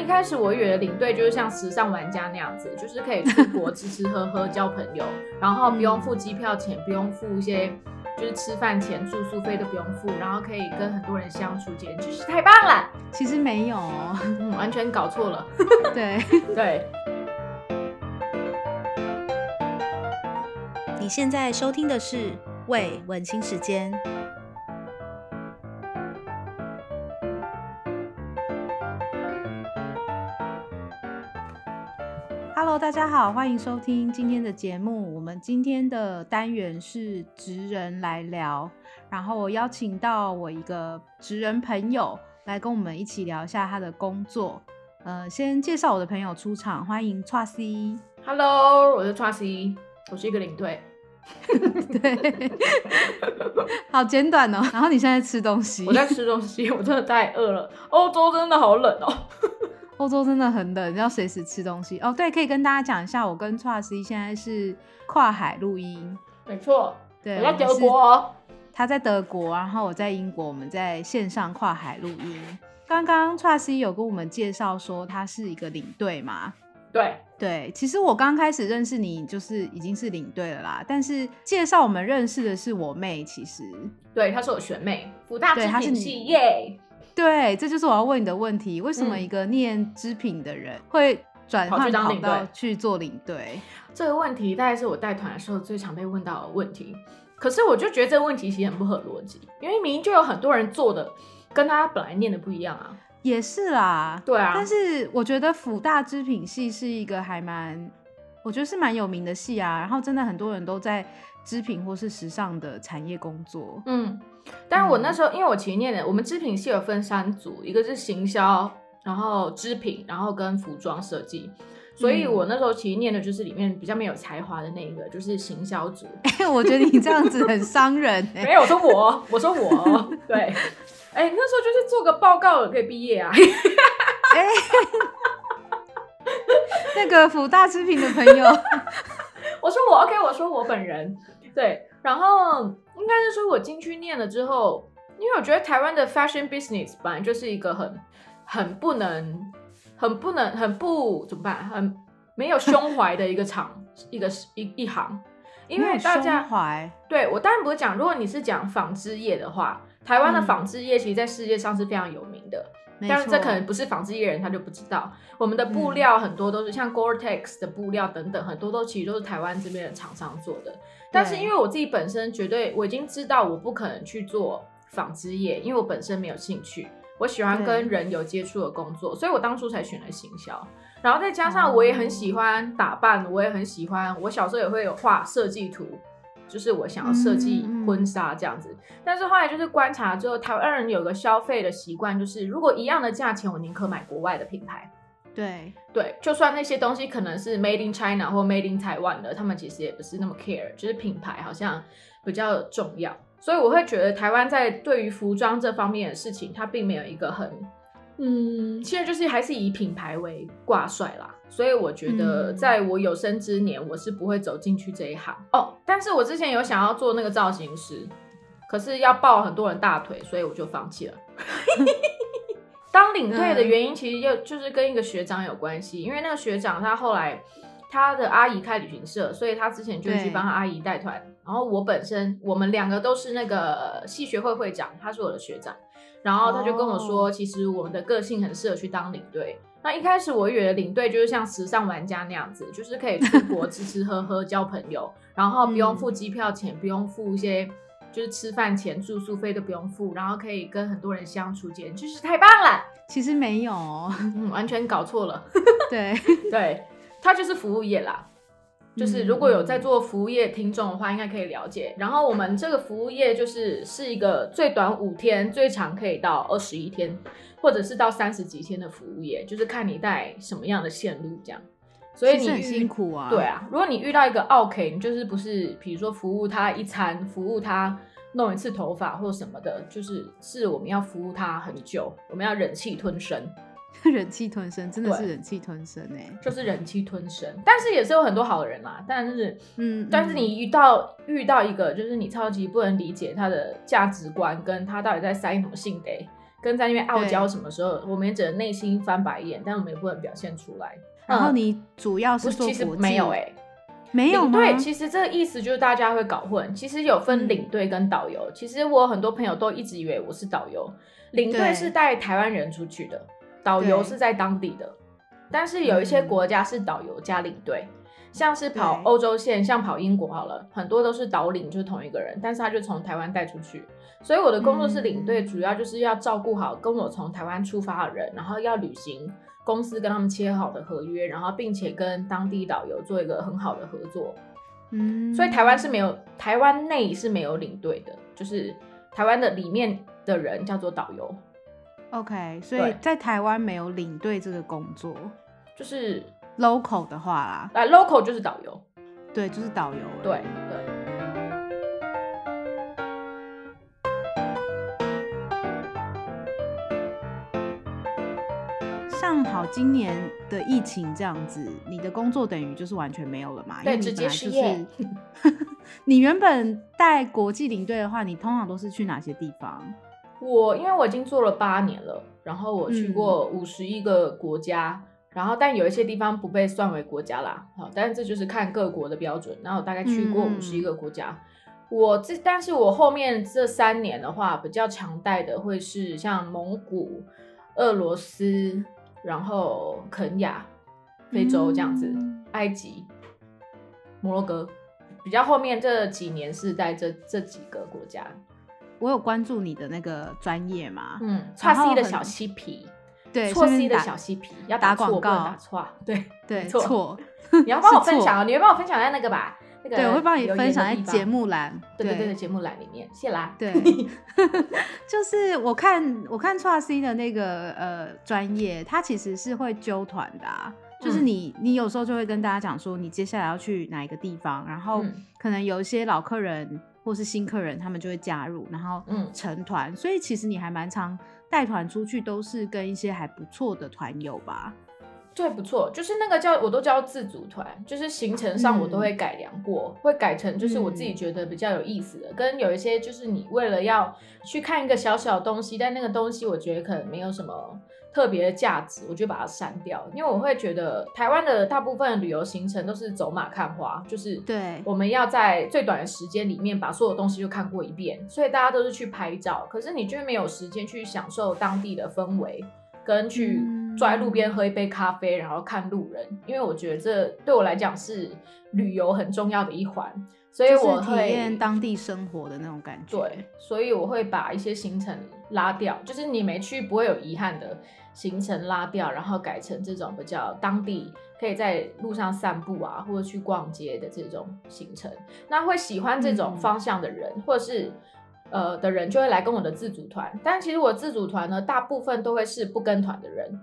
一开始我以为领队就是像时尚玩家那样子，就是可以出国吃吃喝喝交朋友，然后不用付机票钱，不用付一些就是吃饭钱、住宿费都不用付，然后可以跟很多人相处，简直是太棒了！其实没有， 嗯，完全搞错了。对，对，你现在收听的是《喂文青时间》。 Hello，大家好，欢迎收听今天的节目。我们今天的单元是职人来聊，然后我邀请到我一个职人朋友来跟我们一起聊一下他的工作。呃，先介绍我的朋友出场，欢迎 t r C。 Hello，我是 Tracy，我是一个领队。 对，好简短哦。然后你现在吃东西我，在吃东西，我真的太饿了。欧洲真的好冷哦。欧洲真的很冷，要随时吃东西哦。对，可以跟大家讲一下，我跟 t r C 现在是跨海录音。没错，对，我在们德是国哦。他在德国，然后我在英国，我们在线上跨海录音。刚刚 t r a c y 有跟我们介绍说他是一个领队嘛？对，对，其实我刚开始认识你就是已经是领队了啦，但是介绍我们认识的是我妹，其实对，她是我学妹，福大对织她是品你系耶。对，这就是我要问你的问题：为什么嗯一个念织品的人会转跑去换当跑领道队去做领队？这个问题大概是我带团的时候最常被问到的问题。可是我就觉得这个问题其实很不合逻辑，因为明明就有很多人做的跟他本来念的不一样啊。也是啦，对啊，但是我觉得辅大织品系是一个还蛮，我觉得是蛮有名的系啊。然后真的很多人都在织品或是时尚的产业工作。 嗯，但是我嗯那时候因为我其实念的，我们织品系有分三组，一个是行销，然后织品，然后跟服装设计。所以嗯我那时候其实念的就是里面比较没有才华的那一个，就是行销组。我觉得你这样子很伤人、欸。没有，我说我，我说我， 对，哎、那时候就是做个报告也可以毕业啊。那个辅大织品的朋友，我说我 OK，我说我本人对，然后应该是说我进去念了之后，因为我觉得台湾的 fashion business 本来就是一个很很不能、很不能、很不怎么办，很没有胸怀的一个场、一个一一行， 因为大没有家胸怀，对我当然不会讲，如果你是讲纺织业的话，台湾的嗯纺织业其实在世界上是非常有名的，没但是错嗯这可能不是纺织业人他就不知道，我们的布料很多都是、像 Gore-Tex 的布料等等，很多都其实都是台湾这边的厂商做的。但是因为我自己本身绝对我已经知道我不可能去做纺织业，因为我本身没有兴趣，我喜欢对跟人有接触的工作，所以我当初才选了行销。然后再加上我也很哦喜欢打扮，我也很喜欢，我小时候也会有画设计图，就是我想要设计嗯嗯嗯婚纱这样子。但是后来就是观察之后，台湾人有个消费的习惯，就是如果一样的价钱，我宁可买国外的品牌。对对，就算那些东西可能是 made in China 或 made in 台湾的，他们其实也不是那么 care，就是品牌好像比较重要。所以我会觉得台湾在对于服装这方面的事情，它并没有一个很，嗯，现在就是还是以品牌为挂帅啦。所以我觉得，嗯在我有生之年，我是不会走进去这一行哦。但是我之前有想要做那个造型师，可是要抱很多人大腿，所以我就放弃了。 当领队的原因，其实就就是跟一个学长有关系，因为那个学长他后来他的阿姨开旅行社，所以他之前就去对帮他阿姨带团。然后我本身我们两个都是那个系学会会长，他是我的学长，然后他就跟我说，其实我们的个性很适合去当领队。那一开始我以为领队就是像时尚玩家那样子，就是可以出国吃吃喝喝交朋友，然后不用付机票钱，不用付一些就是吃饭钱、住宿费都不用付，然后可以跟很多人相处，简直就是太棒了！其实没有。哦嗯，完全搞错了。 对，对，它就是服务业啦。就是如果有在做服务业听众的话，应该可以了解。然后我们这个服务业就是是一个最短五天，最长可以到二十一天，或者是到三十几天的服务业，就是看你带什么样的线路这样。所以其你实很遇辛苦啊。对，啊，如果你遇到一个 OK，你就是不是比如说服务他一餐，服务他弄一次头发或什么的，就是是我们要服务他很久，我们要忍气吞声。 忍气吞声，真的是对忍气吞声哎、就是忍气吞声，但是也是有很多好人啦。但是，嗯但是嗯你遇到遇到一个，就是你超级不能理解他的价值观，跟他到底在塞什么性得，跟在那边傲娇对什么时候，我们也只能内心翻白眼，但我们也不能表现出来。然后嗯你主要不是是做其实国际，没有哎、没有领吗？队其实这个意思就是大家会搞混，其实有分领队跟导嗯游。其实我很多朋友都一直以为我是导游，领队对是带台湾人出去的，导游对是在当地的。但是有一些嗯国家是导游加领队，像是跑对欧洲线，像跑英国好了，很多都是导领就是同一个人，但是他就从台湾带出去。所以我的工作是领队，嗯主要就是要照顾好跟我从台湾出发的人，然后要履行公司跟他们签好的合约，然后并且跟当地导游做一个很好的合作。嗯，所以台湾是没有，台湾内是没有领队的，就是台湾的里面的人叫做导游， OK，所以对在台湾没有领队这个工作就是，local 的话啦，啊 local 就是导游，对，就是导游。对，对。像好今年的疫情这样子，你的工作等于就是完全没有了嘛？对因为你直接本来就失业是。 你原本带国际领队的话，你通常都是去哪些地方？我因为我已经做了八年了，然后我去嗯过五十一个国家，然后但有一些地方不被算为国家啦，好，但是这就是看各国的标准。然后我大概去过嗯五十一个国家，我这但是我后面这三年的话，比较常带的会是像蒙古、俄罗斯，然后肯雅、非洲这样子，嗯埃及、摩洛哥。比较后面这几年是带这这几个国家，我有关注你的那个专业嘛？嗯，然差后 C 的很小嬉皮，对，错顺 C 便的打小嬉皮，要打错广不能告打错，啊对， 对错错，你要帮我是错分享哦，你会帮我分享在那个吧，那个对，我会帮你留言分享的在地方节，目栏。对对对对，节目栏里面，谢啦， 对，就是我看我看 t r C 的那个呃专业，它其实是会揪团的、啊，就是嗯你你有时候就会跟大家讲说你接下来要去哪一个地方，然后嗯可能有一些老客人或是新客人他们就会加入，然后嗯成团，所以其实你还蛮常带团出去，都是跟一些还不错的团友吧。对，不错，就是那个叫我都叫自主团，就是行程上我都会改良过，会改成就是我自己觉得比较有意思的，跟有一些就是你为了要去看一个小小的东西，但那个东西我觉得可能没有什么特别的价值，我就把它删掉，因为我会觉得台湾的大部分旅游行程都是走马看花，就是对我们要在最短的时间里面把所有东西就看过一遍，所以大家都是去拍照，可是你却没有时间去享受当地的氛围，跟去嗯坐在路边喝一杯咖啡，然后看路人，因为我觉得这对我来讲是旅游很重要的一环，所以就我是体会验当地生活的那种感觉。对，所以我会把一些行程拉掉，就是你没去不会有遗憾的行程拉掉，然后改成这种比较当地可以在路上散步啊，或者去逛街的这种行程。那会喜欢这种嗯方向的人，或者是呃的人，就会来跟我的自主团。但其实我自主团呢，大部分都会是不跟团的人。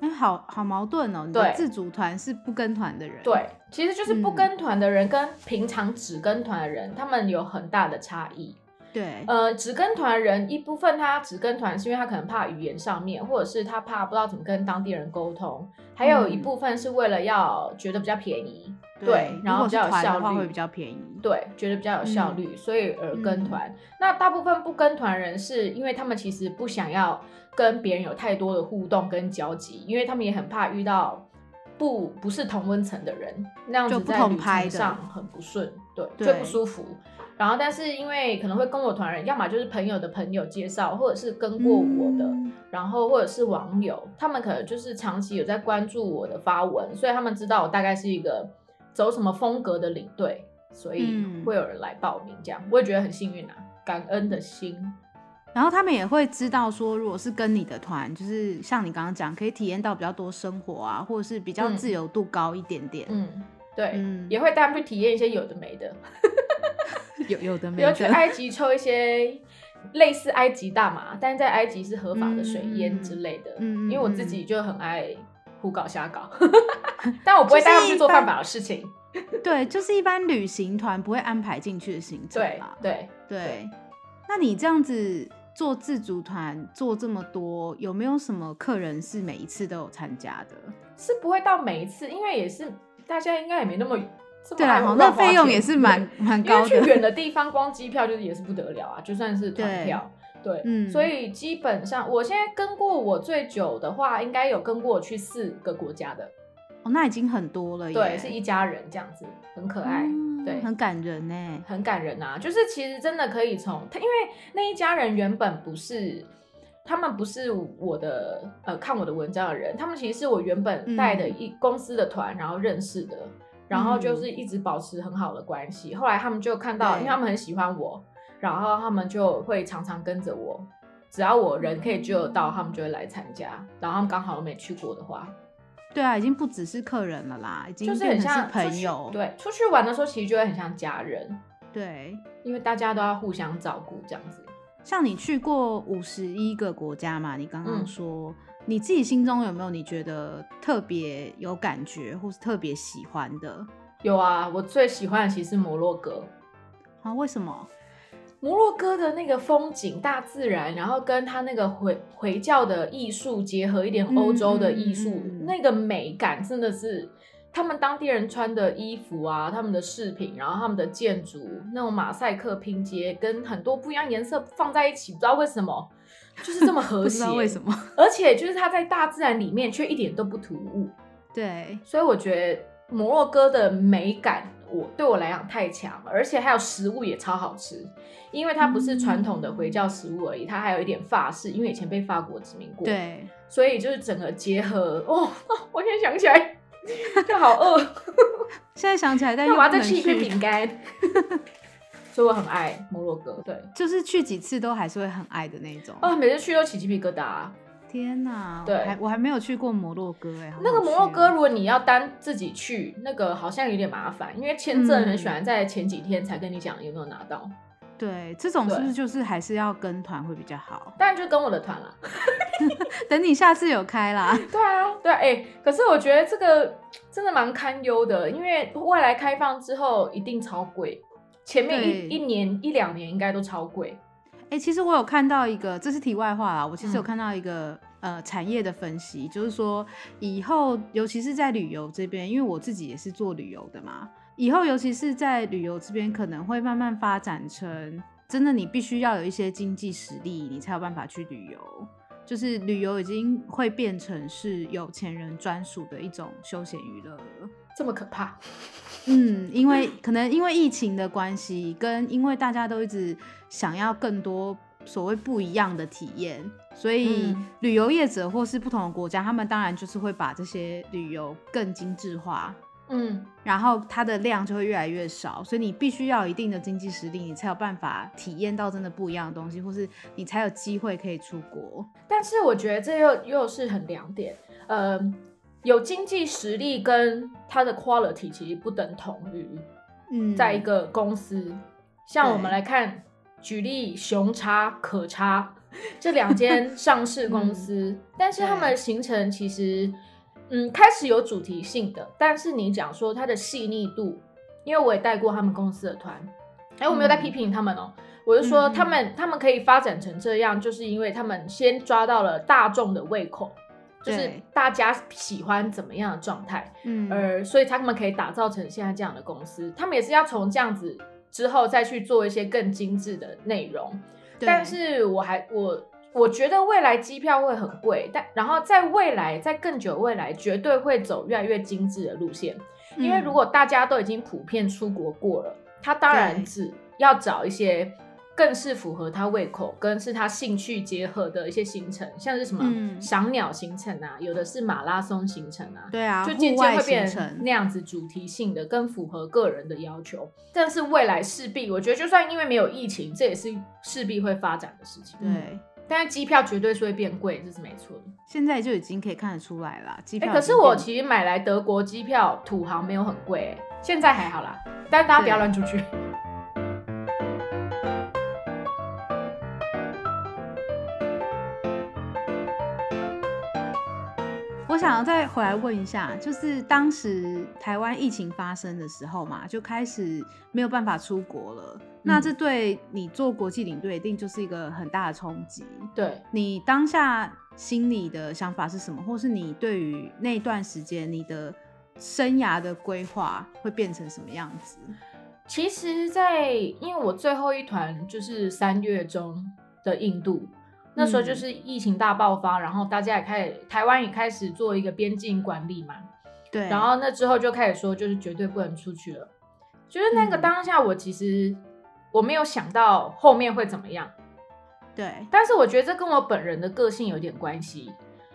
哎、好好矛盾哦！你的对自主团是不跟团的人，对，其实就是不嗯跟团的人跟平常只跟团的人，他们有很大的差异。对，呃，只跟团人一部分他只跟团是因为他可能怕语言上面，或者是他怕不知道怎么跟当地人沟通，还有一嗯部分是为了要觉得比较便宜，对然如后果比是较有团的效话率会比较便宜。对，觉得比较有效嗯率，所以而跟团。那大部分不跟团人是因为他们其实不想要跟别人有太多的互动跟交集，因为他们也很怕遇到。不不是同温层的人，那样就子不在同旅拍程的上很不顺，对，对最不舒服。然后，但是因为可能会跟我团人，要么就是朋友的朋友介绍，或者是跟过我的，嗯然后或者是网友，他们可能就是长期有在关注我的发文，所以他们知道我大概是一个走什么风格的领队，所以嗯会有人来报名，这样我也觉得很幸运啊，感恩的心。然后他们也会知道说，如果是跟你的团，就是像你刚刚讲，可以体验到比较多生活啊，或者是比较嗯自由度高一点点。嗯，对，嗯也会带他们去体验一些有的没的，有有 的没比如去的，埃及抽一些类似埃及大麻，但是在埃及是合法的水嗯嗯烟嗯之类的。嗯嗯因为我自嗯己就很爱胡搞瞎搞， 但我不会带他们去做犯法的事情。对，就是一般旅行团不会安排进去的行程对嘛。对，对那你这样子做自主团做这么多，有没有什么客人是每一次都有参加的？是不会到每一次，因为也是大家应该也没那么这么对爱啊，好，乱那花费用钱也是蛮蛮因为高去的。远的地方，光机票就是也是不得了啊，就算是团对票，对，嗯所以基本上我现在跟过我最久的话，应该有跟过我去四个国家的，哦，那已经很多了耶，对，是一家人这样子，很可爱，嗯对很感人欸呢。很感人啊。就是其实真的可以从他，因为那一家人原本不是。他们不是我的呃看我的文章的人，他们其实是我原本带嗯的一、公司的团，然后认识的，然后就是一直保持很好的关系。后来他们就看到，对因为他们很喜欢我，然后他们就会常常跟着我，只要我人可以救得到，他们就会来参加。然后他们刚好没去过的话，对啊，已经不只是客人了啦，已经就是变很成像是出朋去友。对，出去玩的时候其实就会很像家人，对，因为大家都要互相照顾这样子。像你去过五十一个国家嘛，你刚刚嗯说、你自己心中有没有你觉得特别有感觉或是特别喜欢的有啊，我最喜欢的其实是摩洛哥。啊？为什么？摩洛哥的那个风景、大自然，然后跟它那个回回教的艺术结合一点嗯欧洲的艺术，嗯嗯那个美感真的是他们当地人穿的衣服啊，他们的饰品，然后他们的建筑，那种马赛克拼接跟很多不一样颜色放在一起，不知道为什么就是这么和 不谐知，道为什么。而且就是它在大自然里面却一点都不突兀，对，所以我觉得摩洛哥的美感，我对我来讲太强了，而且还有食物也超好吃，因为它不是传统的回教食物而已，它还有一点法式，因为以前被法国殖民过，，对，所以就是整个结合，哦， 我现在想起来就好饿，现在想起 来，但那又我要不再能吃一片去，饼干， 所以我很爱摩洛哥，对，就是去几次都还是会很爱的那种。啊、每次去都起鸡皮疙瘩、啊天哪，对我还我还没有去过摩洛哥哎、好那个想摩洛去哥，哦如果你要单自己去，那个好像有点麻烦，因为签证嗯很喜欢在前几天才跟你讲有没有拿到。对这种是不对是就是还是要跟团会比较好？当然就跟我的团啦。等你下次有开啦，对啊，对啊，哎、可是我觉得这个真的蛮堪忧的，因为未来开放之后一定超贵，前面一对一年一两年应该都超贵。哎、其实我有看到一个，这是题外话啦。我其实嗯有看到一个、呃产业的分析，就是说以后，尤其是在旅游这边，因为我自己也是做旅游的嘛，以后尤其是在旅游这边，可能会慢慢发展成，真的你必须要有一些经济实力，你才有办法去旅游。就是旅游已经会变成是有钱人专属的一种休闲娱乐了。这么可怕，嗯，因为可能因为疫情的关系，跟因为大家都一直想要更多所谓不一样的体验，所以嗯旅游业者或是不同的国家，他们当然就是会把这些旅游更精致化，嗯，然后它的量就会越来越少，所以你必须要有一定的经济实力，你才有办法体验到真的不一样的东西，或是你才有机会可以出国。但是我觉得这又又是很两点，呃，有经济实力跟它的 quality 其实不等同于嗯，在一个公司，像我对们来看，举例熊叉、可叉这两 间上市公司，嗯但是他们的行程其实，嗯，开始有主题性的，但是你讲说它的细腻度，因为我也带过他们公司的团，哎、我没有在嗯批评他们哦、我就说嗯嗯他们、他们可以发展成这样，就是因为他们先抓到了大众的胃口，就是对大家喜欢怎么样的状态。嗯呃，所以他们可以打造成现在这样的公司，他们也是要从这样子之后再去做一些更精致的内容。对但是我还我我觉得未来机票会很贵，但然后在未来在更久未来绝对会走越来越精致的路线，因为嗯如果大家都已经普遍出国过了，他当然对只要找一些。更是符合他胃口，跟是他兴趣结合的一些行程，像是什么嗯赏鸟行程啊，有的是马拉松行程啊，对啊，就户渐渐外会行变程成那样子主题性的，更符合个人的要求。但是未来势必，我觉得就算因为没有疫情，这也是势必会发展的事情。对。嗯，但是机票绝对是会变贵，这是没错的。现在就已经可以看得出来了，机哎、票、可是我其实买来德国机票土航没有很贵、哎，现在还好啦。但大家不要对乱出去。 我想要再回来问一下，就是当时台湾疫情发生的时候嘛，就开始没有办法出国了。嗯那这对你做国际领队一定就是一个很大的冲击。对，你当下心里的想法是什么，或是你对于那段时间你的生涯的规划会变成什么样子？其实在，因为我最后一团就是三月中的印度。那时候嗯就是疫情大爆发，然后大家也开始，台湾也开始做一个边境管理嘛。对，然后那之后就开始说，就是绝对不能出去了。就是那个嗯当下，我其实我没有想到后面会怎么样，对，但是我觉得这跟我本人的个性有点关系，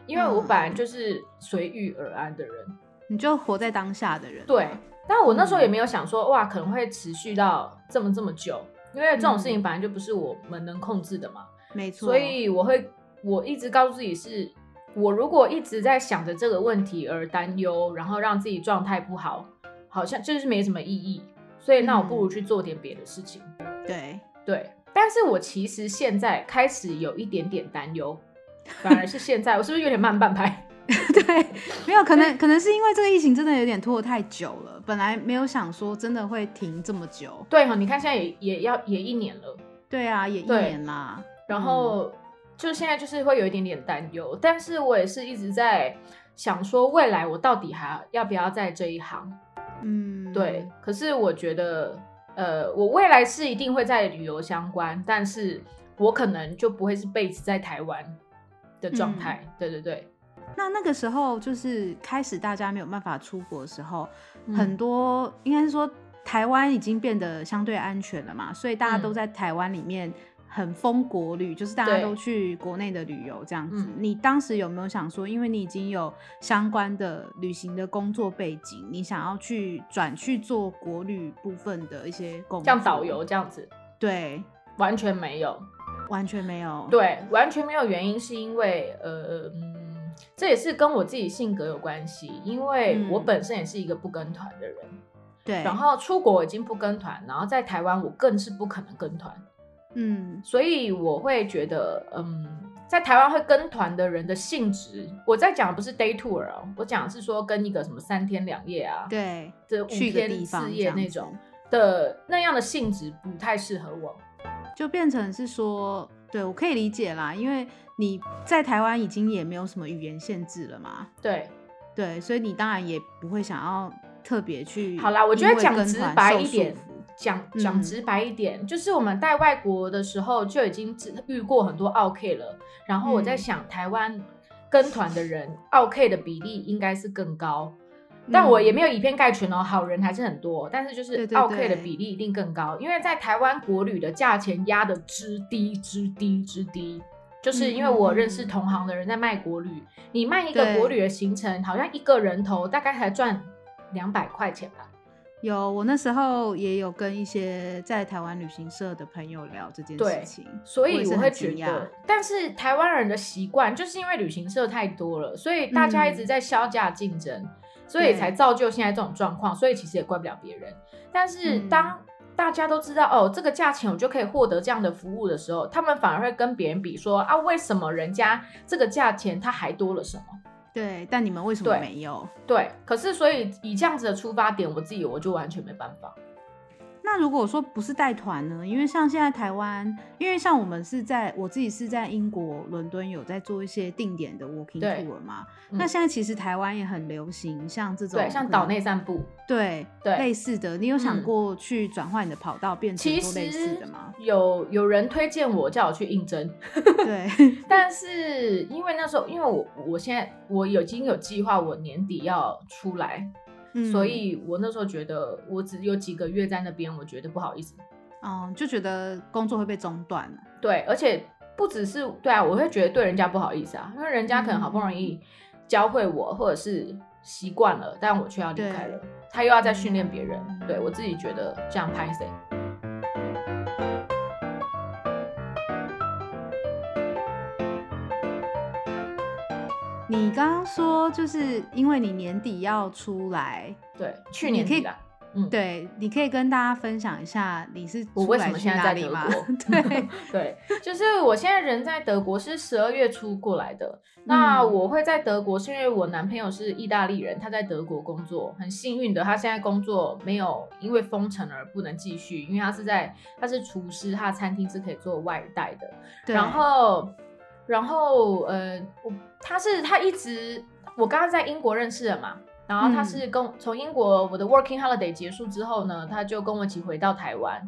因为我嗯本来就是随遇而安的人。你就活在当下的人。对，但我那时候也嗯没有想说，哇，可能会持续到这么这么久，因为这种事嗯情本来就不是我们能控制的嘛。没错。所以我会，我一直告诉自己是，我如果一直在想着这个问题而担忧，然后让自己状态不好，好像就是没什么意义。所以那我不如去做点别的事情。对，对，但是我其实现在开始有一点点担忧，反而是现在，我是不是有点慢半拍？ 对，没有可哎能，可能是因为这个疫情真的有点拖得太久了，本来没有想说真的会停这么久。对哈，你看现在也也要也一年了，对啊，也一对年啦。然后就现在就是会有一点点担忧，但是我也是一直在想说，未来我到底还要不要在这一行？嗯，对，可是我觉得，呃，我未来是一定会在旅游相关，但是我可能就不会是 base 在台湾的状态。嗯对对对，那那个时候就是开始大家没有办法出国的时候，嗯很多应该是说台湾已经变得相对安全了嘛，所以大家嗯都在台湾里面很疯国旅，就是大家对都去国内的旅游这样子嗯。你当时有没有想说，因为你已经有相关的旅行的工作背景，你想要去转去做国旅部分的一些工作？像导游？这样子对，完全没哦有，完全没有。，对，完全没有原因，是因为呃。嗯这也是跟我自己性格有关系，因为嗯我本身也是一个不跟团的人，对，然后出国我已经不跟团，然后在台湾我更是不可能跟团，嗯，所以我会觉得，嗯，在台湾会跟团的人的性质，我在讲的不是 day tour 哦，我讲的是说跟一个什么三天两夜啊，，对，这五去一个天地方四这夜样那子种的那样的性质不太适合我。就变成是说，对我可以理解啦，因为你在台湾已经也没有什么语言限制了嘛，对，对，所以你当然也不会想要特别去。好啦，我觉得讲跟直团白受一束点缚，讲嗯讲直白一点，就是我们带外国的时候就已经知遇过很多 OK 了，然后我在嗯想台湾跟团的人 OK 的比例应该是更高，但我也没有以偏概全哦，好人还是很多，但是就嗯对是对 OK 的对比例一定更高，因为在台湾国旅的价钱压的之低之低之低，就是因为我认识嗯嗯嗯同行的人在卖国旅，你卖一个对国旅的行程，好像一个人头大概才赚两百块钱吧。有，我那时候也有跟一些在台湾旅行社的朋友聊这件对事情，所我也以是我很会觉惊讶得，但是台湾人的习惯就是因为旅行社太多了，所以大家一直在削价竞争，所以嗯对才造就现在这种状况。所以其实也怪不了别人。但是嗯当大家都知道、哦，这个价钱我就可以获得这样的服务的时候，他们反而会跟别人比说啊，为什么人家这个价钱他还多了什么？对，但你们为什么对没有？对，可是所以以这样子的出发点，我自己我就完全没办法。那如果说不是带团呢？因为像现在台湾，因为像我们是在我自己是在英国伦敦有在做一些定点的 walking 对 tour 嘛。嗯那现在其实台湾也很流行像这种，对，像可能岛内散步，对对嗯类似的，你有想嗯过去转换你的跑道变成其做类似实的吗？ 有有人推荐我叫我去应征，对，但是因为那时候，因为我我现在我已经有计划，我年底要出来，嗯所以我那时候觉得我只有几个月在那边，我觉得不好意思。嗯，就觉得工作会被中断了。对，而且不只是对啊，我会觉得对人家不好意思啊，因为人家可能好嗯不容易教会我，或者是习惯了，但我却要离开了，他又要再训练别人，对我自己觉得这样拍谁？你刚刚说就是因为你年底要出来，对，去年你可以底啦，嗯，对，你可以跟大家分享一下你是我出为什来么去现在哪在里德吗？国？对， 对，就是我现在人在德国，是十二月初过来的。那嗯我会在德国，是因为我男朋友是意大利人，他在德国工作，很幸运的，他现在工作没有因为封城而不能继续，因为他是在他是厨师，他的餐厅是可以做外带的。对然后，然后呃，我他是他一直我刚刚在英国认识的嘛，然后他嗯是跟、从英国我的 working holiday 结束之后呢，他就跟我一起回到台湾，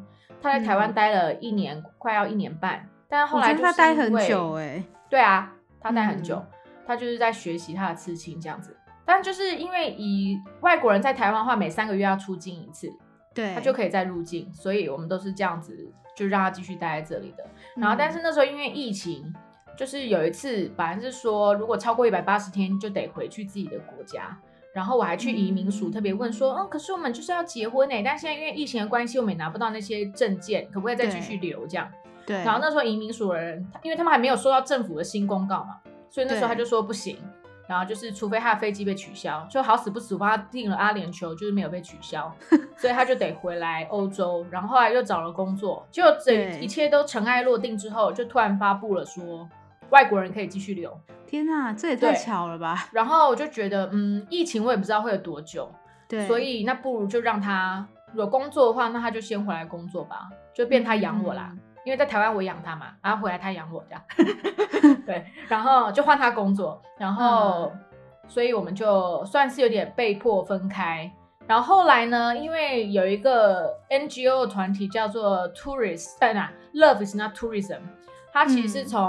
他在台湾嗯待了一年，快要一年半。但后我来觉就得是他待很因为久哎、对啊，他待很久，嗯他就是在学习他的刺青这样子。但就是因为以外国人在台湾的话，每三个月要出境一次，对，他就可以再入境，所以我们都是这样子就让他继续待在这里的。嗯然后，但是那时候因为疫情，就是有一次，反正是说如果超过一百八十天就得回去自己的国家。然后我还去移民署嗯特别问说，嗯，可是我们就是要结婚呢、欸但现在因为疫情的关系，我们也拿不到那些证件，可不可以再继续留这样？对，然后那时候移民署的人，因为他们还没有收到政府的新公告嘛，所以那时候他就说不行。然后就是，除非他的飞机被取消，就好死不死，我帮他订了阿联酋，就是没有被取消， 所以他就得回来欧洲。然后后来又找了工作，就对这一切都尘埃落定之后，就突然发布了说外国人可以继续留。天哪、这也太对巧了吧？ 然后我就觉得，嗯，疫情我也不知道会有多久，对，所以那不如就让他有工作的话，那他就先回来工作吧，就变他养我啦。嗯因为在台湾我养他嘛，然后回来他养我这样， 对，然后就换他工作，然后、嗯所以我们就算是有点被迫分开。然后后来呢，因为有一个 NGO 团体叫做 Tourist，在哪？Love is not tourism。它其实是嗯从、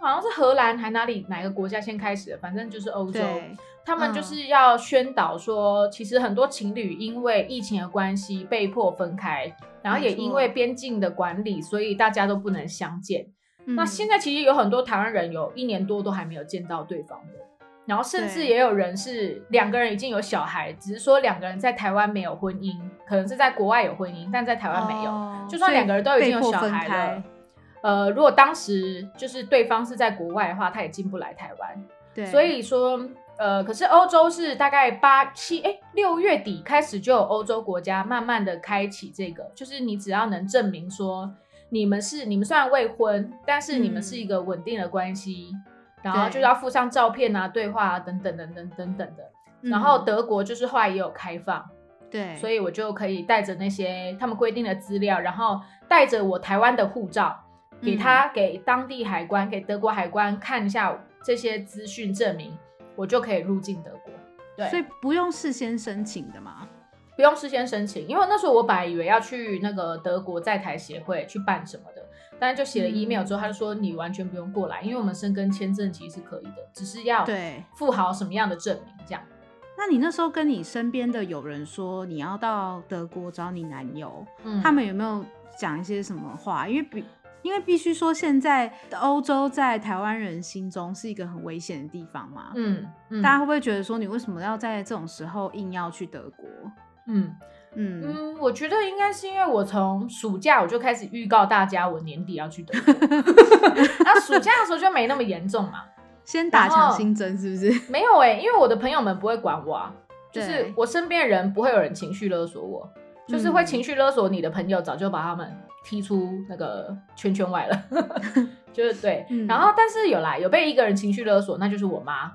好像是荷兰还哪里哪个国家先开始的，反正就是欧洲。对，他们就嗯是要宣导说，其实很多情侣因为疫情的关系被迫分开，然后没也错因为边境的管理，所以大家都不能相见。那嗯现在其实有很多台湾人有一年多都还没有见到对方的，然后甚至对也有人是两个人已经有小孩，只是说两个人在台湾没有婚姻，可能是在国外有婚姻，但在台湾没有。哦就算两个人都已经有小所以被迫孩分开了，呃，如果当时就是对方是在国外的话，他也进不来台湾。对，所以说，呃，可是欧洲是大概八七哎六月底开始就有欧洲国家慢慢的开启这个，就是你只要能证明说你们是你们虽然未婚，但是你们嗯是一个稳定的关系，然后对就是要附上照片啊、对话啊等等等等等等的。然后嗯德国就是后来也有开放，对，所以以我就可以带着那些他们规定的资料，然后带着我台湾的护照，给嗯他、给当地海关、给德国海关看一下这些资讯证明，我就可以入境德国。所以对，不用事先申请的嘛。不用事先申请，因为那时候我本来以为要去那个德国在台协会去办什么的，但是就写了嗯 email 之后，他就说你完全不用过来，因为我们申根签证其实是可以的，只是要对，附好什么样的证明这样。那你那时候跟你身边的友人说你要到德国找你男友，嗯，他们有没有讲一些什么话？因为比因为必须说，现在欧洲在台湾人心中是一个很危险的地方嘛。嗯嗯大家会不会觉得说，你为什么要在这种时候硬要去德国？嗯。嗯，嗯，我觉得应该是因为我从暑假我就开始预告大家我年底要去德国， 那暑假的时候就没那么严重嘛，先打然强后心针是不是？没有哎、因为我的朋友们不会管我啊，就是对嗯我身边的人不会有人情绪勒索我，就是会情绪勒索你的朋友早就把他们踢出那个圈圈外了， 就是对，嗯然后但是有啦，有被一个人情绪勒索，那就是我妈，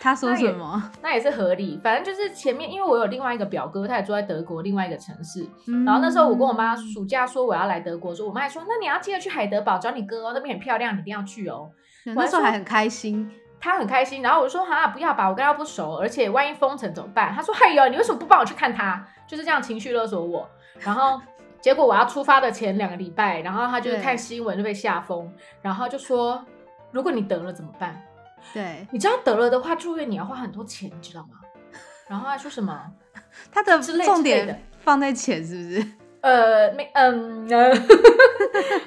他说那也什么？那也是合理，反正就是前面因为我有另外一个表哥，他也住在德国另外一个城市，然后那时候我跟我妈嗯暑假说我要来德国的时候，我妈还说：“那你要记得去海德堡找你哥哦，那边很漂亮，你一定要去哦。对我那还时候说还很开心，”她很开心，然后我说：“哈，不要吧，我跟他不熟，而且万一封城怎么办？”她说：“哎呦，你为什么不帮我去看他？”就是这样情绪勒索我。然后结果我要出发的前两个礼拜，然后她就是对看新闻就被吓疯，然后就说：“如果你得了怎么办？对你知道得了的话，住院你要花很多钱，你知道吗？”然后她说什么？他的之类重之类点放在钱是不是？呃，没，嗯，呃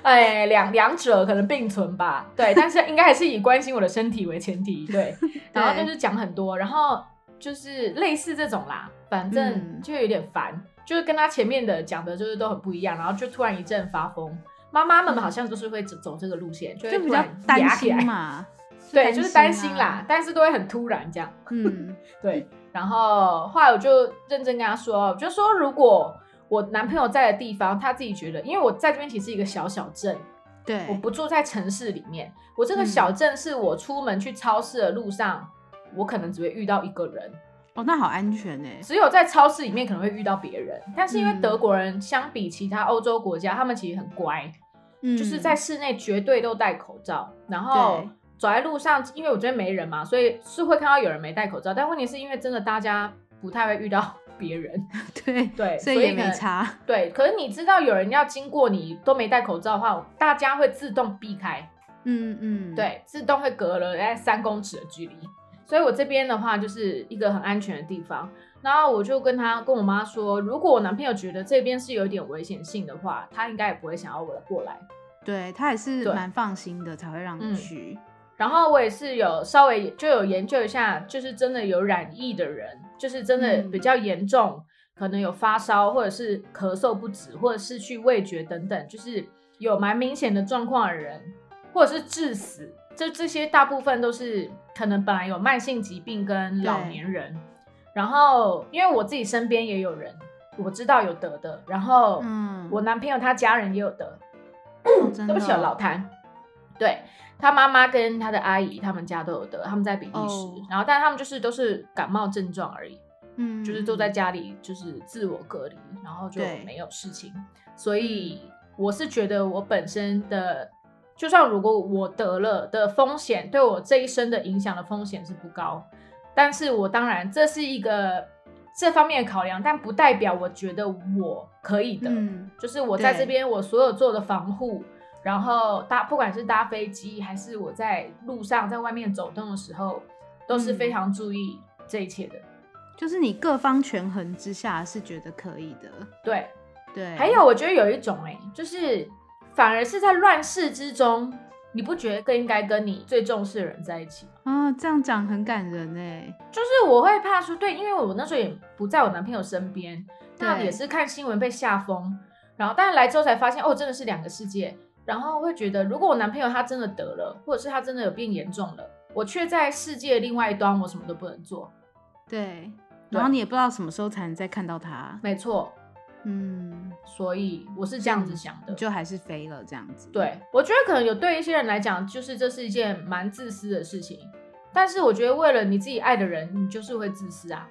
哎，两两者可能并存吧，对，但是应该还是以关心我的身体为前提， 对。然后就是讲很多，然后就是类似这种啦，反正嗯就有点烦，就是跟他前面的讲的就是都很不一样，然后就突然一阵发疯。妈妈们好像都是会走走这个路线，就会就比突较然担压起来心，嘛， 对，就是担心啊啦，，但是都会很突然这样。 嗯，对，然后后来我就认真跟他说，我就说如果我男朋友在的地方，他自己觉得，因为我在这边其实是一个小小镇，对，我不住在城市里面，我这个嗯小镇是我出门去超市的路上，我可能只会遇到一个人，哦，那好安全哎、只有在超市里面可能会遇到别人。但是因为嗯德国人相比其他欧洲国家，他们其实很乖，嗯，就是在室内绝对都戴口罩，然后对走在路上，因为我觉得没人嘛，所以是会看到有人没戴口罩。但问题是因为真的大家不太会遇到 别人，对对所所以以也没呢差。对。可是你知道有人要经过你都没戴口罩的话，大家会自动避开，嗯嗯，，对，自动会隔了大概三公尺的距离。所以我这边的话就是一个很安全的地方。然后我就跟他跟我妈说，如果我男朋友觉得这边是有点危险性的话，他应该也不会想要我过来。对他也是对蛮放心的，才会让你嗯去。然后我也是有稍微就有研究一下，就是真的有染疫的人，就是真的嗯比较严重，可能有发烧或者是咳嗽不止，或者失去味觉等等，就是有蛮明显的状况的人，或者是致死，这这些大部分都是可能本来有慢性疾病跟老对年人。然后因为我自己身边也有人，我知道有得的，然后嗯，我男朋友他家人也有得，哦真的对不起，哦我老痰。对他妈妈跟他的阿姨，他们家都有得，他们在比利时哦然后但他们就是都是感冒症状而已，嗯，就是都在家里就是自我隔离，然后就对嗯没有事情。所以我是觉得我本身的，就算如果我得了的风险，对我这一生的影响的风险是不高，但是我当然这是一个这方面的考量，但不代表我觉得我可以的。嗯就是我在对这边，我所有做的防护，然后搭不管是搭飞机还是我在路上在外面走动的时候，都是嗯非常注意这一切的。就是你各方权衡之下是觉得可以的，对，对。还有我觉得有一种哎、就是反而是在乱世之中，你不觉得更应该跟你最重视的人在一起吗？啊、这样讲很感人哎，就是我会怕说，对，因为我那时候也不在我男朋友身边，那对也是看新闻被吓疯，然后但是来之后才发现，哦，真的是两个世界。然后会觉得，如果我男朋友他真的得了，或者是他真的有变严重了，我却在世界另外一端，我什么都不能做。对。对然后你也不知道什么时候才能再看到他，没错，嗯，所以我是这样子想的。就还是飞了这样子。对，我觉得可能有对一些人来讲，就是这是一件蛮自私的事情。但是我觉得，为了你自己爱的人，你就是会自私啊。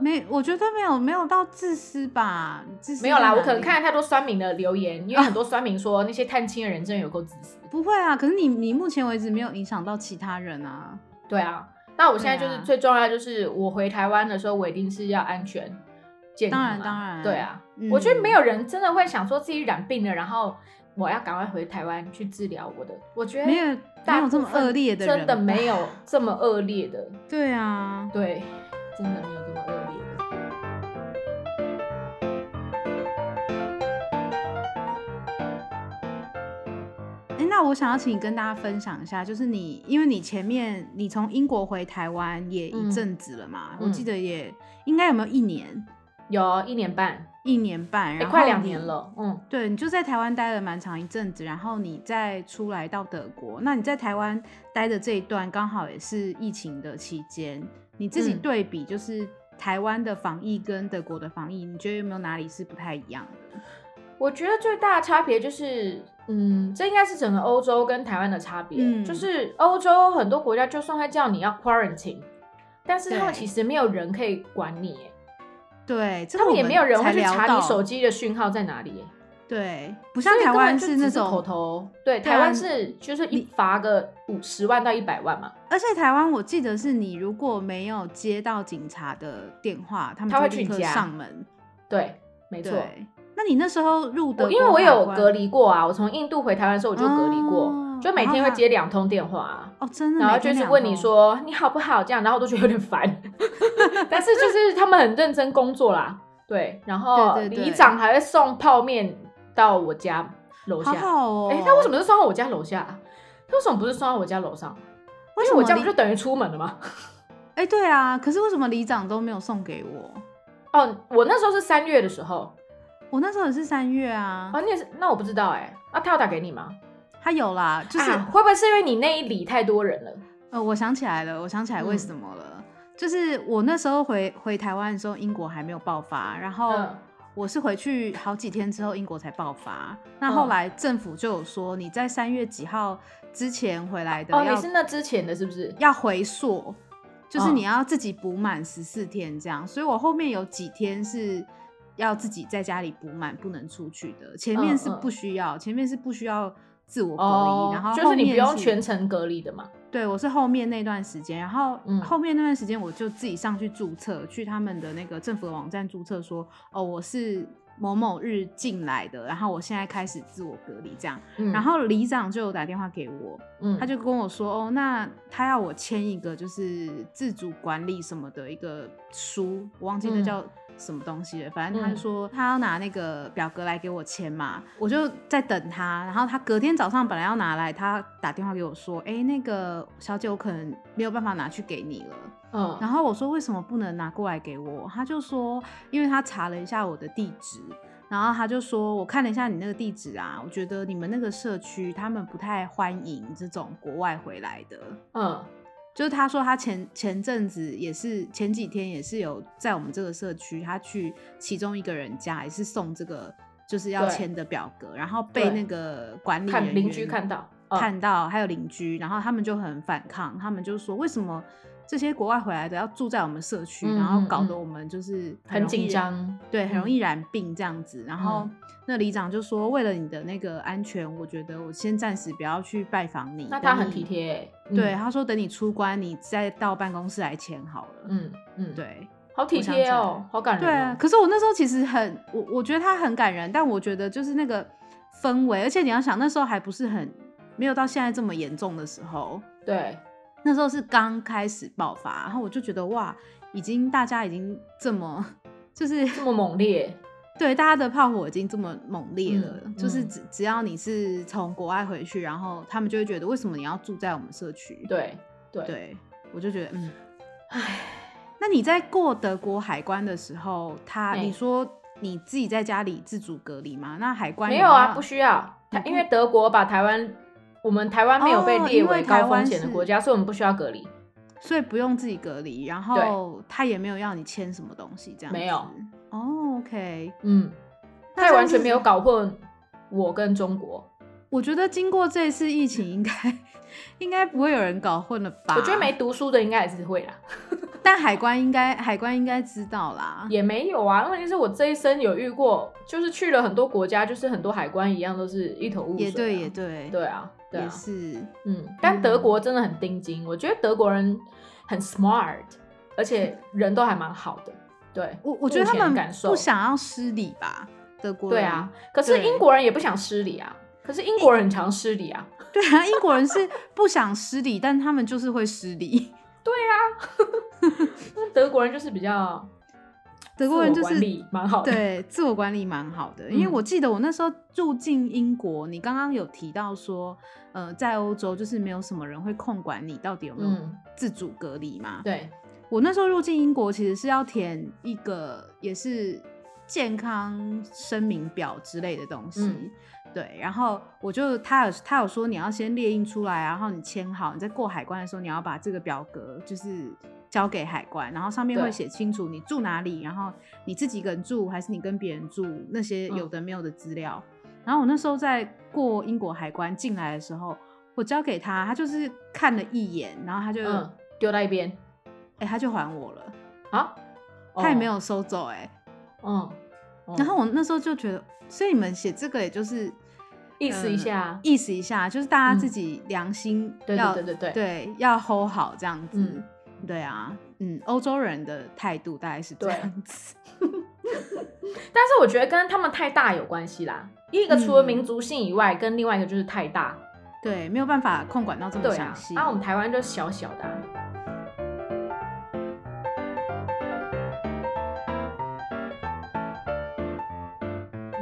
没，我觉得没有没有到自私吧，自私没有啦，在我哪可能里啊看了太多酸民的留言，因为很多酸民说那些探亲的人真的有够自私。不会啊，可是你你目前为止没有影响到其他人啊，对啊，那我现在就是对啊最重要的就是我回台湾的时候，我一定是要安全健康、啊。当然当然对啊，嗯我觉得没有人真的会想说自己染病了，然后我要赶快回台湾去治疗我的。我觉得嗯没有大没有这部么分恶劣的人真的吧没有这么恶劣的，对啊，对，真的没有这么恶劣的。哎，那我想要请你跟大家分享一下，就是你，因为你前面你从英国回台湾也一阵子了嘛，嗯我记得也应该有没有一年、有一年半，一年半，也然后快两你年。了，嗯。对，你就在台湾待了蛮长一阵子，然后你再出来到德国。那你在台湾待的这一段，刚好也是疫情的期间，你自己嗯对比就是台湾的防疫跟德国的防疫，你觉得有没有哪里是不太一样的？我觉得最大的差别就是，嗯，这应该是整个欧洲跟台湾的差别，嗯就是欧洲很多国家就算会叫你要 quarantine，但是他们对其实没有人可以管你耶，对，这他个们也我没有人才会去聊查到你手，机的讯号在哪里耶，对，不所像以台根湾本就是只那是种口头，对，对台啊湾是就是一罚个五十万到一百万嘛，而且台湾，我记得是你如果没有接到警察的电话，他们他会就去立你刻家上门。对，没错。对，那你那时候入我的，因为我有隔离过啊，我从印度回台湾的时候我就隔离过，哦就每然后天会他接两通电话、啊。哦，真的，然后每天就是两哦问你通，说你好不好这样，然后我都觉得有点烦， 但是就是他们很认真工作啦，对，然后对对对里长还会送泡面到我家楼下，好好哦，诶他为什么是送到我家楼下啊？他为什么不是送到我家楼上？为因什为我么这样里不就等于出门了吗？哎、对啊，可是为什么里长都没有送给我？哦，我那时候是三月的时候，我那时候也是三月啊，啊，你也是，那我不知道哎、那、他有打给你吗？他有啦，就是、啊会不会是因为你那一里太多人了？呃，我想起来了，我想起来为嗯什么了，就是我那时候回回台湾的时候，英国还没有爆发，然后。嗯我是回去好几天之后，英国才爆发。那嗯后来政府就有说，你在三月几号之前回来的哦，要、你是那之前的是不是？要回溯，就是嗯你要自己补满十四天这样。所以我后面有几天是要自己在家里补满，不能出去的。前面嗯是嗯不需要，前面是不需要自我隔离，哦然后就是后面你不用全程隔离的嘛。对我是后面那段时间，然后嗯后面那段时间我就自己上去注册，去他们的那个政府的网站注册说，哦，我是某某日进来的，然后我现在开始自我隔离这样。嗯然后里长就有打电话给我，嗯他就跟我说，哦，那他要我签一个就是自主管理什么的一个书，我忘记那嗯叫什么东西了。反正他嗯就说他要拿那个表格来给我签嘛，我就在等他。然后他隔天早上本来要拿来，他打电话给我说，哎、那个小姐，我可能没有办法拿去给你了。嗯，然后我说为什么不能拿过来给我？他就说，因为他查了一下我的地址，然后他就说，我看了一下你那个地址啊，我觉得你们那个社区他们不太欢迎这种国外回来的。嗯就是他说他前前阵子也是前几天也是有在我们这个社区，他去其中一个人家也是送这个就是要对签的表格，然后对被那个管理看人邻员居看到嗯看到还有邻居，然后他们就很反抗，他们就说为什么这些国外回来的要住在我们社区，嗯然后搞嗯得嗯我们就是很容易紧张，对，很容嗯易染病这样子。然后嗯那里长就说，为了你的那个安全，我觉得我先暂时不要去拜访你。那他等很你体贴欸，嗯对，，他说等你出关，你再到办公室来签好了。嗯，嗯嗯，，对，好体我想贴起哦来，好感人对啊哦，。可是我那时候其实很，我我觉得他很感人，但我觉得就是那个氛围，而且你要想那时候还不是很，没有到现在这么严重的时候，对，那时候是刚开始爆发，然后我就觉得哇，已经大家已经这么，就是这么猛烈，对，大家的炮火已经这么猛烈了，嗯就是嗯只只要你是从国外回去，然后他们就会觉得为什么你要住在我们社区？对对，对，我就觉得嗯，唉，那你在过德国海关的时候，他哎你说你自己在家里自主隔离吗？那海关没有啊，要不需要，你台不因为德国把台湾，我们台湾没有被哦列因为为台高风湾险的是国家，所以我们不需要隔离。所以不用自己隔离，然后他也没有要你签什么东西，这样没有子。哦，OK，嗯，他那也这样完全子没有搞混我跟中国，我觉得经过这次疫情，应该应该不会有人搞混了吧？我觉得没，读书的应该也是会啦，但海关应该海关应该知道啦。也没有啊。问题是我这一生有遇过，就是去了很多国家，就是很多海关一样都是一头雾水、啊。也对，也对，对啊，对也啊，是。嗯。但德国真的很钉钉，我觉得德国人很 smart，而且人都还蛮好的。对，我我觉得目他前们感受不想要失礼吧，德国人。对啊，可是对英国人也不想失礼啊。可是英国人很常失礼啊，对啊，英国人是不想失礼，但他们就是会失礼。那德国人就是比较德国人自就我管是理蛮好的。对自我管理蛮好的，因为嗯我记得我那时候住进英国，你刚刚有提到说，呃，在欧洲就是没有什么人会控管你到底有没有嗯自主隔离嘛。对，我那时候入境英国其实是要填一个也是健康声明表之类的东西，嗯对，然后我就他有他有说你要先列印出来啊，然后你签好，你在过海关的时候你要把这个表格就是交给海关，然后上面对会写清楚你住哪里，然后你自己一个人住还是你跟别人住那些嗯有的没有的资料。然后我那时候在过英国海关进来的时候，我交给他，他就是看了一眼，然后他就哎、嗯，丢在一边他就还我了。啊，他也没有。有收走哎、嗯，嗯然后我那时候就觉得，所以你们写这个也就是意思一下啊呃意思一下，就是大家嗯自己良心对要、对对对对对要 hold 好这样子。嗯对啊，嗯，欧洲人的态度大概是这对样子。但是我觉得跟他们太大有关系啦。一个除了嗯民族性以外，跟另外一个就是太大。对，没有办法控管到这么对详啊细。，啊，我们台湾就小小的、啊。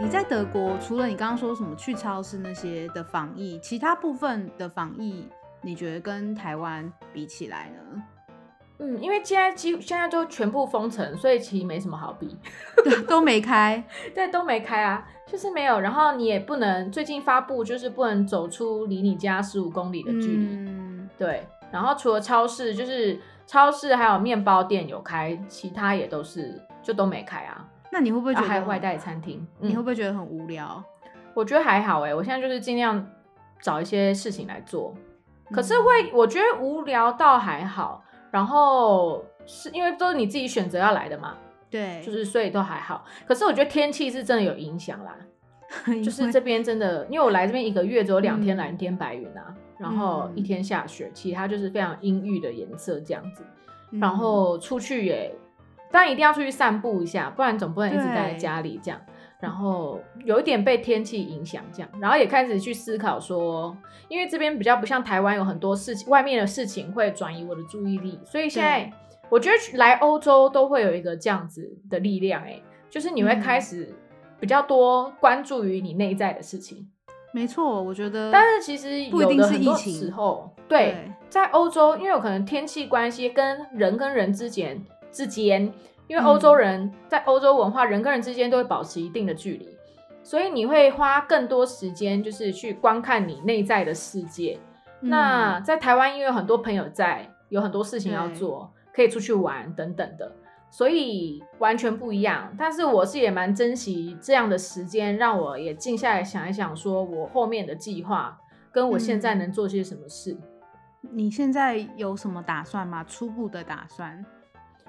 你在德国，除了你刚刚说什么去超市那些的防疫，其他部分的防疫，你觉得跟台湾比起来呢？ 嗯，因为现在几现在都全部封城，所以其实没什么好比。 对，都没开。对，都没开啊，就是没有。然后你也不能最近发布，就是不能走出离你家十五公里的距离。嗯，对，然后除了超市，就是超市还有面包店有开，其他也都是就都没开啊。那你会不会觉啊得还有很外带餐厅，你嗯会不会觉得很无聊？我觉得还好哎、我现在就是尽量找一些事情来做，可嗯是会我觉得无聊倒还好，然后是因为都是你自己选择要来的嘛，对，就是所以都还好。可是我觉得天气是真的有影响啦，是就是这边真的，因为我来这边一个月只有两天嗯蓝天白云啊，然后一天下雪，其他就是非常阴郁的颜色这样子。嗯然后出去也，当然一定要出去散步一下，不然总不能一直待在家里这样。然后有一点被天气影响这样，然后也开始去思考说，因为这边比较不像台湾有很多事情，外面的事情会转移我的注意力，所以现在我觉得来欧洲都会有一个这样子的力量、欸，哎，就是你会开嗯始比较多关注于你内在的事情。没错，我觉得，但是其实不一定有的是很疫多情时候，对，对在欧洲，因为有可能天气关系跟人跟人之间之间，因嗯为欧洲人、在欧洲文化，人跟人之间都会保持一定的距离，所以你会花更多时间就是去观看你内在的世界。嗯那在台湾，因为有很多朋友在，有很多事情要对做，可以出去玩等等的，所以完全不一样。但是我是也蛮珍惜这样的时间，让我也静下来想一想，说我后面的计划跟我现在嗯能做些什么事。你现在有什么打算吗？初步的打算？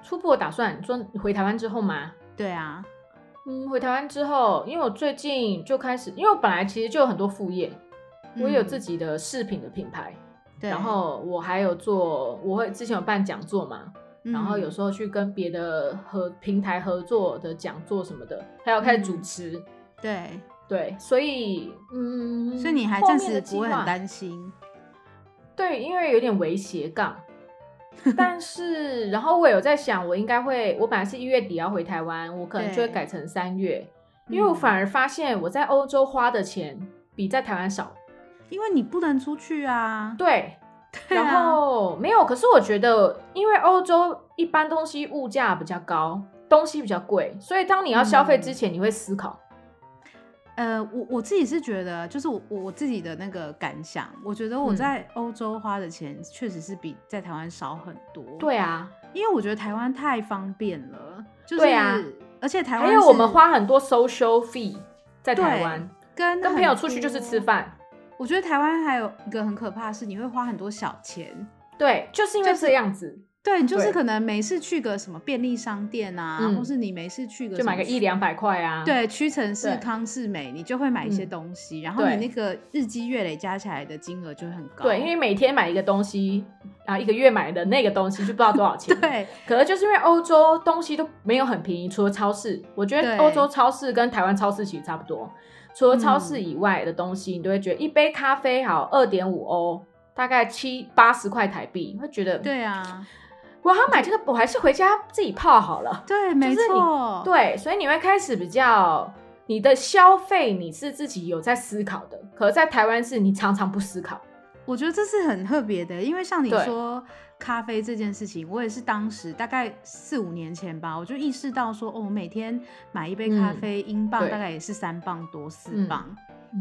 初步的打算，你说你回台湾之后吗？对啊，嗯，回台湾之后，因为我最近就开始，因为我本来其实就有很多副业，我也有自己，己的饰品的品牌，嗯对然后我还有做，我会之前有办讲座嘛，嗯然后有时候去跟别的合平台合作的讲座什么的，还有开始主嗯持，候对，对，所以嗯，所以你还后暂面时的不计会划很担心。对，因为有点微斜 杠，但是然后我有在想，我应该会，我本来是一月底要回台湾，我可能就会对嗯改成三月，因为我反而、而发现我在欧洲花的钱比在台湾少，因为你不能出去啊，对，对啊然后没有，可是我觉得，因为欧洲一般东西物价比较高，东西比较贵，所以当你要消费嗯之前，你会思考。呃，我我自己是觉得，就是我我我自己的那个感想，我觉得我嗯在欧洲花的钱确实是比在台湾少很多。，对啊，因为我觉得台湾太方便了，就是对啊而且台湾还有我们是花很多 social fee 在对台湾，跟跟很朋友出去就是吃多。饭。我觉得台湾还有一个很可怕的是，你会花很多小钱。对，就是因为就是这样子，对，你就是对可能没事去个什么便利商店啊，嗯或是你没事去个就买什么个一两百块啊。对，屈臣氏、对康士美，你就会买一些嗯东西，然后你对那个日积月累加起来的金额就会很高。对，因为每天买一个东西啊，一个月买的那个东西就不知道多少钱。， 对可能就是因为欧洲东西都没有很便宜，除了超市，我觉对得欧洲超市跟台湾超市其实差不多。除了超嗯市以外的东西，你都会觉得一杯咖啡好二点五欧，大概七八十块台币，会觉得对，啊，我要买这个，我还是回家自己泡好了。对，没就是你错，对，所以你会开始比较你的消费，你是自己有在思考的，可在台湾是你常常不思考。我觉得这是很特别的，因为像你对说咖啡这件事情，我也是当时大概四五年前吧，我就意识到说，哦，我每天买一杯咖嗯啡，英镑对大概也是三磅多四嗯磅，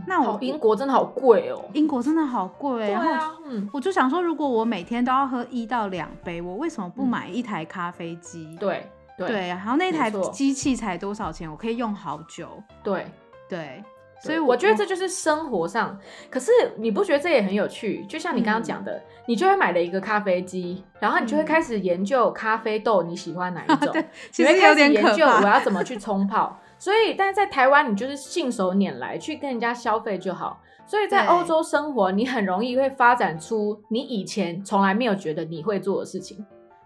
那我好英国真的好贵哦。英国真的好贵，哦对然后啊，嗯，我就想说，如果我每天都要喝一到两杯，我为什么不买一台咖啡机？嗯对对对，然后没那台错机器才多少钱？我可以用好久。对，对，所所以以我我觉得这就是生活上。可是你不觉得这也很有趣？就像你刚刚讲的，你就会买了一个咖啡机，然后你就会嗯开始研究咖啡豆你喜欢哪一种 对，你其会实开有始点研可究我怕。要怎么去冲泡。所以，但是在台湾，你就是信手拈来去跟人家消费就好。所以在对欧洲生活，你很容易会发展出你以前从来没有觉得你会做的事情。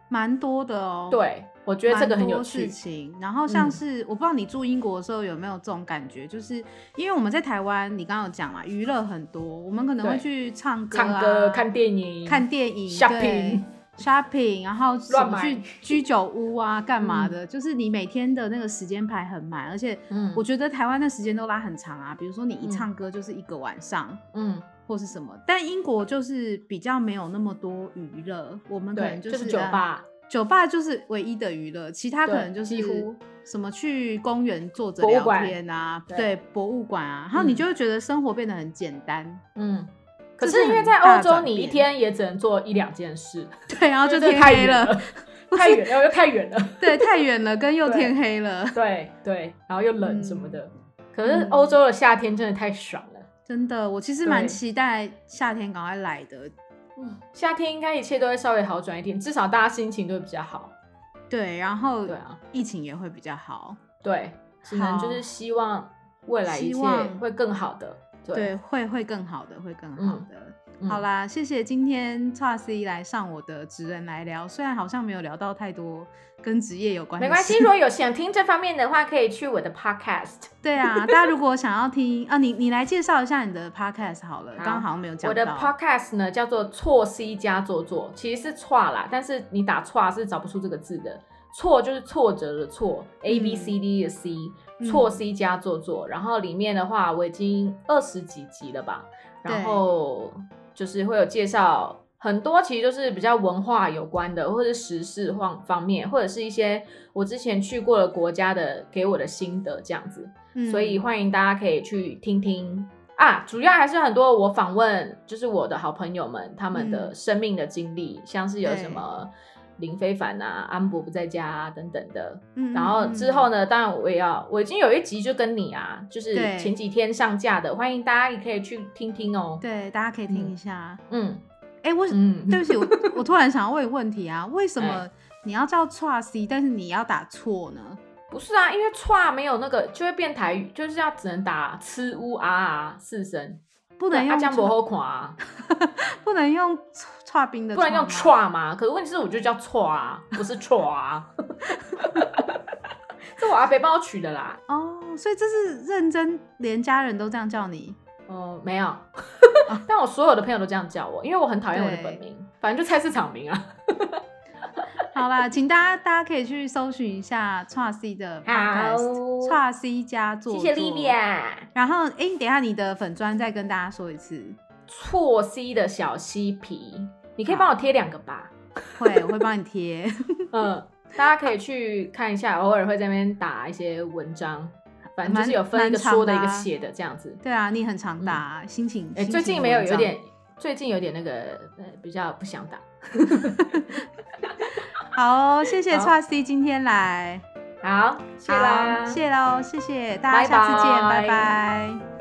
蛮多的哦。。对，我觉得这个很有事趣。情，然后像嗯是、我不知道你住英国的时候有没有这种感觉，就是因为我们在台湾，你刚刚有讲嘛，娱乐很多，我们可能会对去唱歌、啊、唱歌、看电影、看电影、对 shopping， shopping，然后什乱么买 去居酒屋啊，干嘛的？就是你每天的那个时间排很满，而且嗯我觉得台湾的时间都拉很长啊。比如说你一嗯唱歌就是一个晚上嗯，或是什么，但英国就是比较没有那么多娱乐，我们可对，能就是是酒呃吧，啊酒吧就是唯一的娱乐，其他可对能就是几乎什么去公园坐着博物聊馆天啊，对对，博物馆啊，然后你嗯就会觉得生活变得很简单， 嗯，可这是是因为很在大欧洲，转你一变天也只能做一两件事，对，然后就因为这天太黑远了， 了，太远了又太远了，对，太远了，跟又对天黑了， 对对，然后又冷什么的。可是嗯欧洲的夏天真的太爽了，真的，我其实蛮对期待夏天赶快来的。嗯，夏天应该一切都会稍微好转一点，至少大家心情都会比较好。对，然后对啊，疫情也会比较好。对，只能就是好希望未来一希切望会更好的。对，会会更好的，会更好的。嗯好啦，谢谢今天 t r C 来上我的职人来聊，虽然好像没有聊到太多跟职业有关的没事，关 系。如果有想听这方面的话，可以去我的 podcast，对啊，大家如果想要听啊，你你来介绍一下你的 podcast 好了，好刚刚好像没有讲我到。的 podcast 呢叫做错 C 加做作，其实是错啦，但是你打错啊是找不出这个字的。错就是挫折的错，A B C D 的 C，、嗯错 C 加做作。然后里面的话，我已经二十几集了吧，然对后就是会有介绍很多，其实就是比较文化有关的，或者是时事方方面，或者是一些我之前去过的国家的给我的心得这样子。嗯所以欢迎大家可以去听听啊。主要还是很多我访问，就是我的好朋友们他们的生命的经历，像是有嗯对什么林非凡啊、安博不在家啊等等的。嗯然后之后呢？呢，当然我也要，我已经有一集就跟你啊，就是对前几天上架的，欢迎大家也可以去听听哦。对，大家可以听一下。嗯哎、我、嗯，对 不起，我我突然想要问一个问题啊，为什么哎你要叫 t r C，但是你要打错呢？不是啊，因为歘没有那个就会变台语，就是要只能打呲呜啊啊四声，啊不能阿用江错伯后款啊。不能用差冰的不错吗，能用 tra 吗？可是问题是，我就叫 tra 啊，不是 tra 啊。 这我阿伯帮我取的啦。哦，所以这是认真，连家人都这样叫你。嗯，没有，啊 但我所有的朋友都这样叫我，因为我很讨厌我的本名，反正就菜市场名啊。好啦，请大家大家可以去搜寻一下 t r C 的 podcast，t r C 加做谢作。谢 Livia。然后，哎、等一下你的粉砖再跟大家说 一次，错 C 的小嬉皮，你可以帮我贴两个吧。会我会帮你贴。 嗯，大家可以去看一下，偶尔会在那边打一些文章，反正就是有分一个蛮蛮长说的，一的啊个写的这样子。对啊，你很常打、心情。哎、心情最近没有文章有点，最近有点那个呃，比较不想打。好、哦，谢谢 t 好 r C 今天来，好，谢啦，好谢喽，谢谢大家，下次见，拜拜拜拜